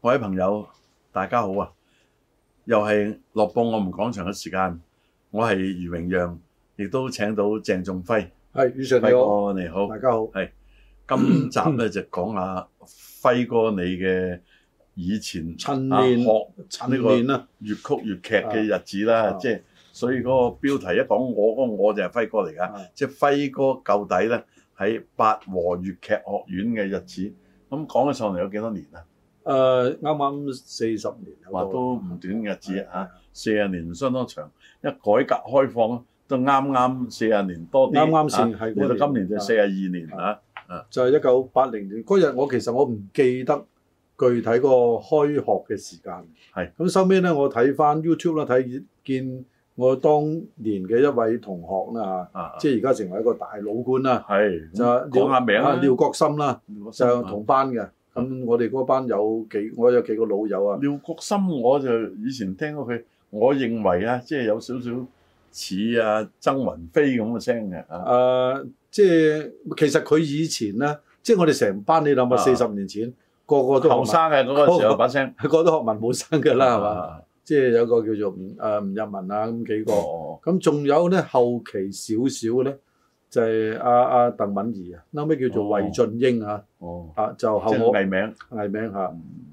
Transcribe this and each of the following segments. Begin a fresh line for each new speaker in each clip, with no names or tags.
各位朋友，大家好啊！又係樂報我們講場嘅時間，我係余榮讓，亦都請到鄭仲輝，
係，宇常你好，
輝哥你好。
大家好。
今集咧就講下輝哥你嘅以前
陳
啊
年
學
陳年啊啦，
粵曲粵劇嘅日子啦，
啊
即係所以嗰個標題一講我嗰個我就係輝哥嚟
啊
㗎，即係輝哥舊底咧喺八和粵劇學院嘅日子，咁講起上嚟有幾多年啊？
呃誒啱啱四十年有
話
到
都唔短嘅日子
係
啊，四十年相當長，一改革開放都啱啱四十年多啲，
啱啱
啊
先係嗰
嚟到今年就四十二年
啊
啊，
就係一九八零年嗰日，我其實我唔記得具體個開學嘅時間。
係
咁收尾咧，我睇翻 YouTube 啦，睇見我當年嘅一位同學啦
啊
嚇，即係而家成為一個大老官啦，
係
就
咁講下名
啊
啊，
廖國森啦，
廖
就同班嘅。咁我哋嗰班有幾，我有幾個老友啊，
廖國森，我就以前聽過佢，我認為啊，即係有少少似啊曾雲飛咁嘅聲嘅
誒、
啊，
即係其實佢以前咧，即係我哋成班，你諗下，四十年前個個都
啊後生啊嘅嗰個時候把聲
個都學文武生㗎啦，係嘛？
嘛？
即係有個叫做吳誒吳日文啊咁幾個，
哦，
咁仲有咧後期少少嘅咧就係阿阿鄧敏儀啊，後尾叫做
哦
魏俊英啊，
哦，
啊就後
即係
我
藝名。
藝名嚇，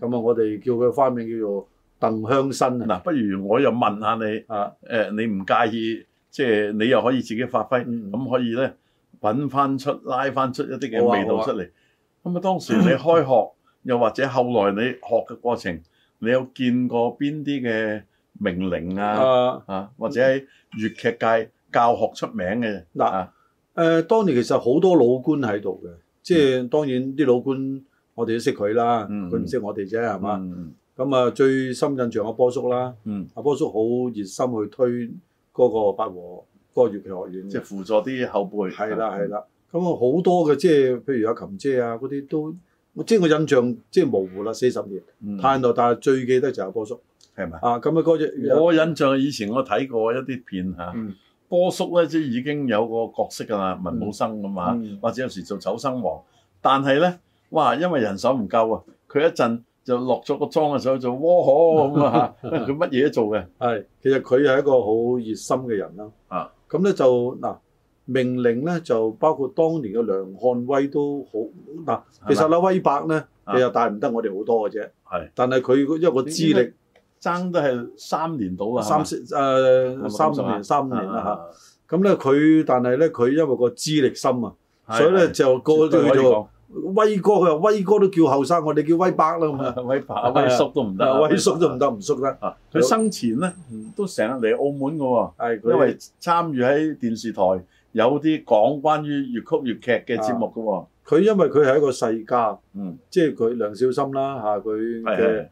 咁啊我哋叫佢花名叫做鄧香新
嗱，
啊，
不如我又問下你，
啊
誒，呃你唔介意，即係你又可以自己發揮，
嗯
咁可以咧揾翻出拉翻出一啲嘅
好啊
味道
好啊
出嚟。咁啊，當時你開 學，又或者後來你學嘅過程，你有見過邊啲嘅名伶啊？
啊
啊，或者喺粵劇界教學出名嘅
嗱
啊
誒當年其實好多老官喺度嘅，即係當然啲老官我哋都識佢啦，
嗯
佢唔識我哋啫係嘛，
嗯
咁啊最深印象阿波叔啦，
嗯，
阿波叔好熱心去推嗰個八和嗰個粵劇學院嘅
即係嗯輔助啲後輩。
係啦係啦，咁啊好多嘅即係譬如阿琴姐啊嗰啲都，即係我印象即係模糊啦，四十年
嗯，
太耐，但係最記得就係波叔
係咪？
啊，咁啊嗰只
我印象以前我睇過一啲片嚇
嗯，
波叔咧即係已經有個角色㗎啦，文武生咁嘛，
嗯
或者有時做丑生王，但係咧，哇，因為人手唔夠啊，佢一陣就落咗個妝嘅時候做窩河咁 啊，嚇佢乜嘢都做嘅，
係其實佢係一個好熱心嘅人啦。
啊，
咁咧就嗱命令咧就包括當年嘅梁漢威都好嗱，其實啦威伯咧
啊
其實大唔得我哋好多嘅啫，
係
但係佢因為個資歷
爭都係三年到啊，係
三
嘛
四
係咪
誒
咁
三
上
五
下
年三五年啦嚇。
啊
咁咧佢但係咧佢因為個資歷深啊，
係
所以咧
係
就個個
絕對
都
可以
叫
講
做。威哥，佢話威哥都叫後生，我哋叫威伯啦咁啊。
威伯、威叔都唔得，
威叔都唔得，唔叔得。
啊！佢生前咧
嗯，
都成日嚟澳門嘅
係
喎，因為
佢
參與喺電視台有啲講關於粵曲粵劇嘅節目嘅喎。
佢因為佢係一個世家，
嗯，
即係佢梁少森啦嚇，佢
係係
嘅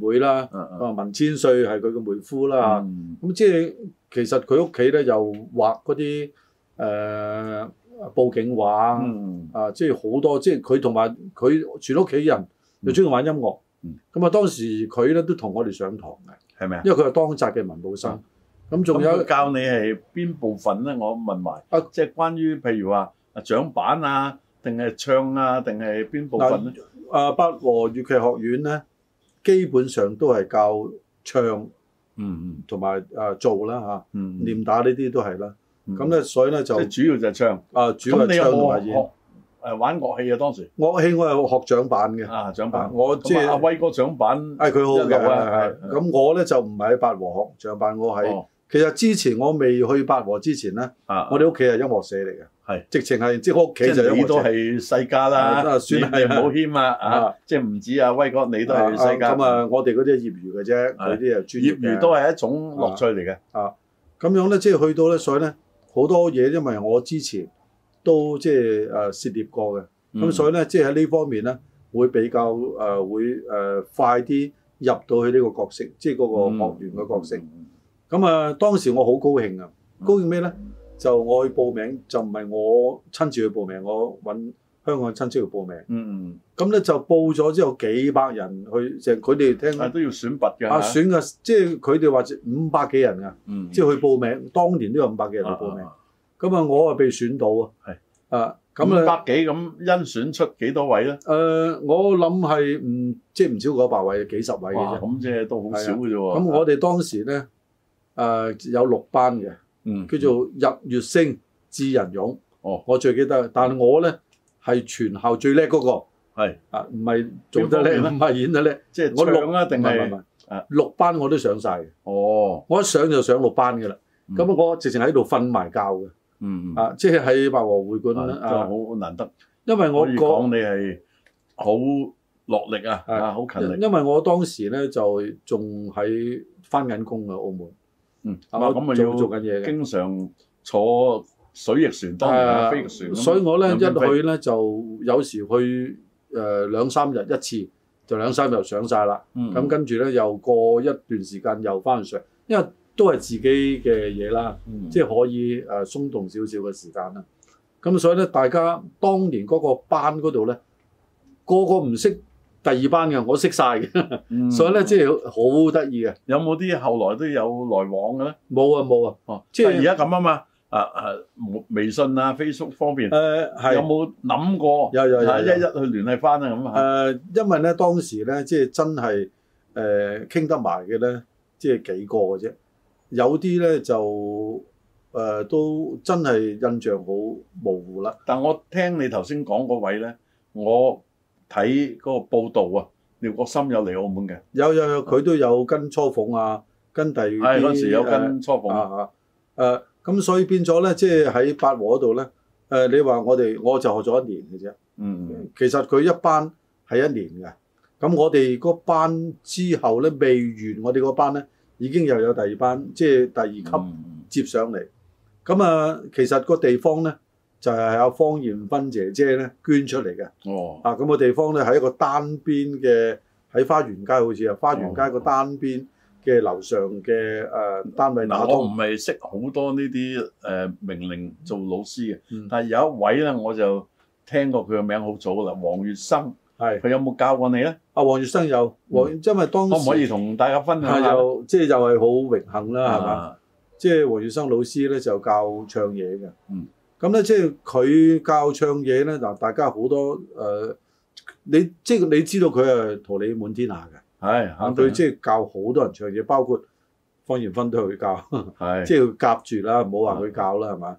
妹妹啦，
嗯
啊文千歲係佢嘅妹夫啦
嗯，
嚇。咁即係其實佢屋企咧又畫嗰啲誒佈景畫
嗯，
啊，即係好多，即係佢同埋佢全屋企人又中意玩音樂
嗯。
咁啊，當時佢咧都同我哋上堂嘅，
係咪啊？
因為佢係當擲嘅文武生。咁仲
嗯咁
有
佢教你係邊部分咧？我問埋
啊，
即係關於譬如話啊掌板啊，定係唱啊，定係邊部分咧？
啊，八和粵劇學院咧，基本上都係教唱
嗯
同埋誒做啦嚇，
嗯嗯，
念打呢啲都係啦。咁咧、所以咧就
即係主要就係唱。
啊，主要
咁你
係
有
唱同
冇
埋演
學誒玩樂器啊？當時
樂器，我係學掌板嘅。
啊，掌
啊
板。
我即
即係阿
係
威哥掌板
誒佢好
一
嘅，
流啊
係係
係
咁我咧就唔係喺八和學掌板，我喺
哦
其實之前我未去八和之前咧，
啊，
我哋屋企係音樂社嚟嘅，
係
直情係即係屋企
即
就
係
音
你都
樂社。
係世家啦，
啊算係
你你唔好謙啊啊
啊！
即係唔止啊威哥，你都係世家
啊咁，啊，我哋嗰啲係業餘嘅啫，佢啲係專業
業
嘅啊
餘都係一種樂趣嚟嘅。
咁樣咧，即係去到咧，所以咧好多嘢，因為我之前都即係誒涉獵過嘅，咁、
嗯
所以咧，即係喺呢方面咧，會比較誒、呃、會誒、呃快啲入到去呢個角色，即係嗰個學員嘅角色。咁、
嗯
啊，當時我好高興啊！
嗯
高興咩咧？就我去報名，就唔係我親自去報名，我揾香港親戚去報名。
嗯
咁咧就報咗之後，幾百人去，就佢哋聽
嗯，啊都要選拔嘅
啊
嚇
選嘅，即係佢哋話五百幾人啊，
嗯
即係去報名。當年都有五百幾人去
啊
報名。
啊
咁啊，我啊被選到啊，
係
啊，咁
五
咧
百幾咁甄選出幾多位咧？
誒，呃我諗係唔即係唔少過百位，幾十位嘅
哇，
啫。
咁啊即係都好少嘅啫喎。
啊咁我哋當時咧誒、有六班嘅，
嗯
叫做日月星智人勇。
哦，
我最記得，但我咧係全校最叻嗰、個。
係
啊，唔係做得
邊
叻，
方
唔係演得叻，
即係
我六
唱啊定
唔係
係
唔係
啊
六班我都上晒嘅。
哦，
我一上就上六班嘅啦。
嗯
咁、我直情喺度瞓埋覺嘅。
嗯，嗯
啊，即係喺白和會館
啊
啦。
真
啊，
係好難得。
因為我
可以
個
講你係好落力啊，
係
啊好勤力。
因為我當時咧就仲喺翻緊工啊嘅澳門，
嗯，
啊
哇
我
咁
做做
啊
緊嘢
要
嘅。
經常坐水翼船，當然
啊
啦，飛翼船咁。
所以我咧一
兩邊飛
去咧就有時去誒、呃、兩三日一次，就兩三日上晒啦。
嗯
咁、跟住咧又過一段時間又翻上，因為都係自己嘅嘢啦，
嗯
即係可以誒、呃、鬆動少少嘅時間啦。咁所以咧，大家當年嗰個班嗰度咧，個個唔識第二班嘅，我識晒嘅，
嗯
所以咧即係好得意嘅。
有冇啲後來都有來往嘅咧？
冇啊冇啊，
哦，
即
即
係
係而家咁啊嘛，啊啊微信啊 Facebook 方面
誒
有
係
冇諗過
有有有
啊一
有
一去聯繫翻啊咁啊？
誒，因為咧當時咧即係真係誒傾得埋嘅咧，即係幾個嘅啫。有啲咧就誒、呃都真係印象好模糊啦。
但我聽你頭先講嗰位咧，我睇嗰個報道啊，廖國森有嚟澳門嘅，
有有有，佢都有跟初鳳啊，跟第二
啊係
啲
嗰陣時有
誒
跟初鳳啊，
啊啊誒，咁所以變咗咧，即係喺八和嗰度咧誒，你話我哋我就學咗一年嘅啫。
嗯嗯
其實佢一班係一年嘅，咁我哋嗰班之後咧未完，我哋嗰班咧已經又有第二班，即係第二級
嗯嗯
接上嚟。咁啊，其實個地方咧就係、阿方艷芬姐姐咧捐出嚟嘅。
哦，
啊，咁、個地方咧係一個單邊嘅喺花園街，好似啊花園街
哦
個單邊嘅樓上嘅誒、呃、單位打
嗱，我唔
通。
係識好多呢啲誒名伶做老師嘅，
嗯
但係有一位咧，我就聽過佢嘅名好早啦，黃月生，
係
佢有冇教過你咧？
啊，黃月生有黃，因為
嗯
當時
可唔可以同大家分享
啊
下呢？
又即係又係好榮幸啦，係嘛、
啊，
即係黃月生老師咧就教唱嘢嘅。
嗯。
咁咧即係佢教唱嘢咧，嗱大家好多誒、呃你即係你知道佢係桃李滿天下嘅，
係
啊
肯
佢
定
即係教好多人唱嘢，包括方艷芬都係佢教，
係，
即係佢夾住啦，唔好話佢教啦，係嘛？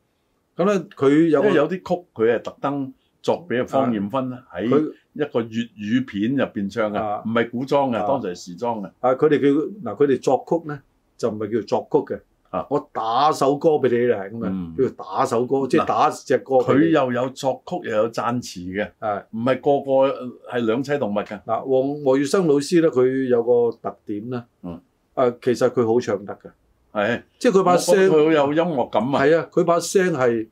咁咧佢有
因為
個
有啲曲佢係特登作俾阿方艷芬啊喺
啊佢
一個粵語片入邊唱
啊
嘅，唔係古裝嘅，
啊
當時係時裝嘅，
啊，佢哋叫嗱佢哋作曲咧就唔係叫作曲嘅，
啊
我打首歌俾你啦，係咁啊
嗯，
叫做打首歌，即係
嗱
打隻歌俾你。啊
佢又有作曲又有讚詞嘅，
係。
唔係個個係兩棲動物嘅，
嗱，黃黃月生老師咧，佢有個特點咧，
嗯
誒，其實佢好唱得嘅，
係
即係佢把聲
我覺得佢好有音樂感啊！
係啊，佢把聲係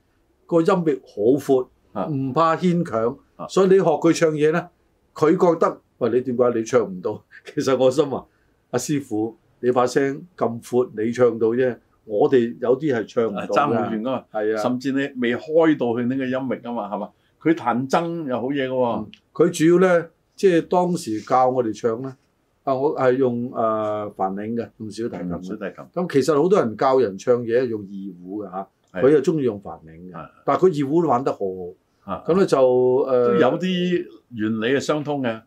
個音域好
啊
闊，唔怕牽強
啊，
所以你學佢唱嘢咧，佢覺得喂你點解你唱唔到？ 其實我心話，阿師傅你把聲咁闊，你唱到啫，我哋有啲係唱唔
啊
到
爭好
㗎，
遠噶嘛，
係啊，
甚至你未開到去呢個音域啊嘛，係嘛？佢彈筝又好嘢嘅喎
嗯，佢主要咧即係當時教我哋唱咧，啊，我係用誒梵鈴嘅，用小提琴
彈
啊嘅
琴。水提琴，
咁其實好多人教人唱嘢係用二胡嘅嚇，
係
佢又中意用梵鈴
係
嘅，但係佢二胡都玩得好好。
啊
咁咧就誒，
都
呃
有啲原理係相通嘅，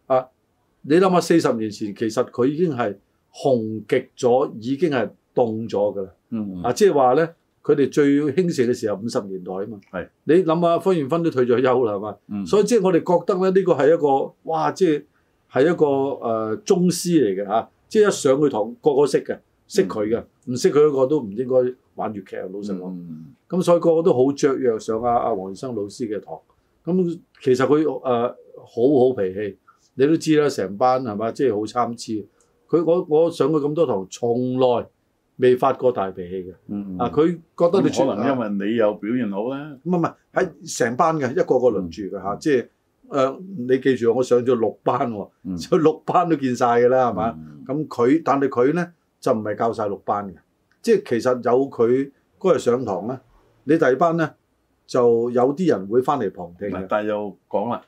你諗下四十年前，其實佢已經係紅極咗，已經係凍咗㗎啦。
嗯，
啊，即係話咧，佢哋最興盛嘅時候五十年代啊嘛。
係
你諗下，方艷芬都退咗休啦，係嘛？
嗯
所以即係我哋覺得咧，呢個係一個哇，即係係一個誒、呃宗師嚟嘅嚇，即係一上佢堂個個識嘅，識佢嘅，唔識佢嗰個都唔應該玩粵劇啊！老實講。
嗯
咁所以個個都好雀躍上阿阿黃醫生老師嘅堂。咁其實佢誒、呃好好脾氣，你都知啦，成班係嘛，即係好參差。佢我我上過咁多堂，從來未發過大脾氣嘅。
嗯，
啊，佢覺得你啊
咁可能
為
因為你有表現好咧，
唔係唔係喺成班嘅一個個輪住
嗯
嘅嚇，即係誒、呃你記住我上咗六班喎，
嗯
上六班都見晒㗎啦，係嘛？
嗯？
咁佢但係佢咧就唔係教晒六班嘅，即係其實有佢嗰日上堂咧，你第二班咧就有啲人會翻嚟旁聽
嗱
嘅。
但係又講啦，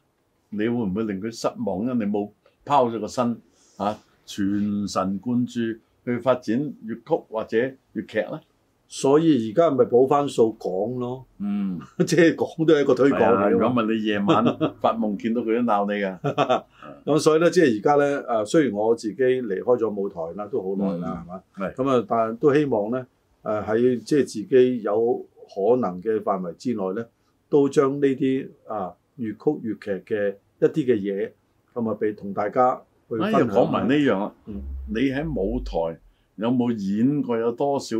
你會唔會令佢失望咧？你冇拋咗個身啊，全神貫注去發展粵曲或者粵劇咧？
所以而家咪補翻數講咯，
嗯，
即係講都係一個推廣
係啊
嚟㗎
如
嘛
果咪你夜 晚發夢見到佢都鬧你㗎，
咁所以咧，即係而家咧，誒、雖然我自己離開咗舞台啦，都好耐啦，係嘛、
嗯係
咁啊，但係都希望咧，誒、喺即係自己有可能嘅範圍之內咧，都將呢啲啊粵曲粵劇嘅一啲嘅嘢，咁啊，俾同大家去
哎
分
呀，
享。
講埋呢樣啦，
嗯
你喺舞台有冇演過有多少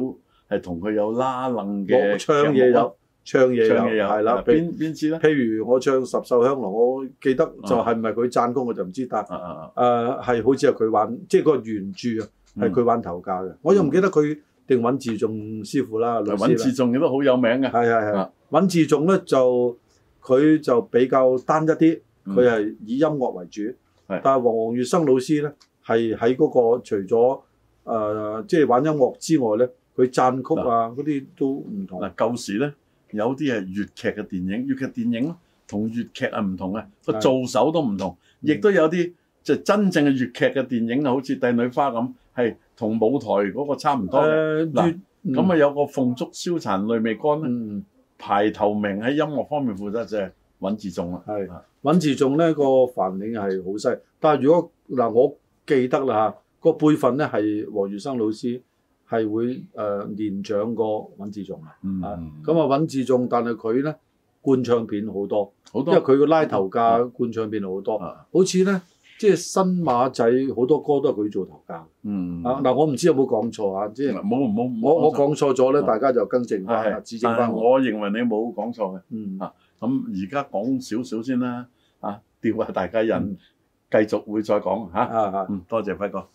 係同佢有拉楞嘅
我唱嘢
有
有，唱嘢有，
唱嘢有，
係啦。譬
邊邊支咧？
譬如我唱《十秀香囊》，我記得就係咪佢贊功我就唔知，但
啊啊啊，
誒係、好似係佢玩，即係個原著啊，
Ừ.
係
嗯
佢玩頭架嘅。我又唔記得佢定尹志仲師傅啦，老
揾嗯
師
啊志
啦，
仲亦都好有名嘅，
係係係
啊。
尹志仲咧就佢就比較單一啲，
嗯
佢係以音樂為主。
係
但係黃黃月生老師咧係喺嗰個除咗誒、呃即係玩音樂之外咧，佢贊曲啊嗰啲都唔同。
嗱舊時咧有啲係粵劇嘅電影，粵劇電影同粵劇係唔同嘅，個
係
做手都唔同，
嗯
亦都有啲就真正嘅粵劇嘅電影，啊好似《帝女花》咁，係同舞台嗰個差唔多嘅。嗱
誒粵嗯
咁啊有個鳳竹燒殘淚未乾咧，
嗯。
排頭名喺音樂方面負責就係尹志仲啦。
係
啊
尹自重咧個反應係好犀利，但係如果嗱我記得啦嚇，個輩分咧係黃月生老師係會誒、呃、年長過尹自重嘅，
嗯，咁
咁啊尹自重但係佢咧灌唱片好多，
好
因為
多嗯
佢個拉頭架灌唱片好多，
啊，
好似咧即係新馬仔好多歌都係佢做頭架。
嗯，
啊嗱，我唔知有冇講錯啊，即係
冇冇冇，
我我啊講錯咗咧，
啊
大家就更正翻啦，
係
指
係，
正
但係
翻我。
我認為你冇講錯嘅。
嗯
啊，咁而家講少少先啦，啊，吊下大家人，繼續會再講嚇。
啊啊。
嗯，多謝輝哥。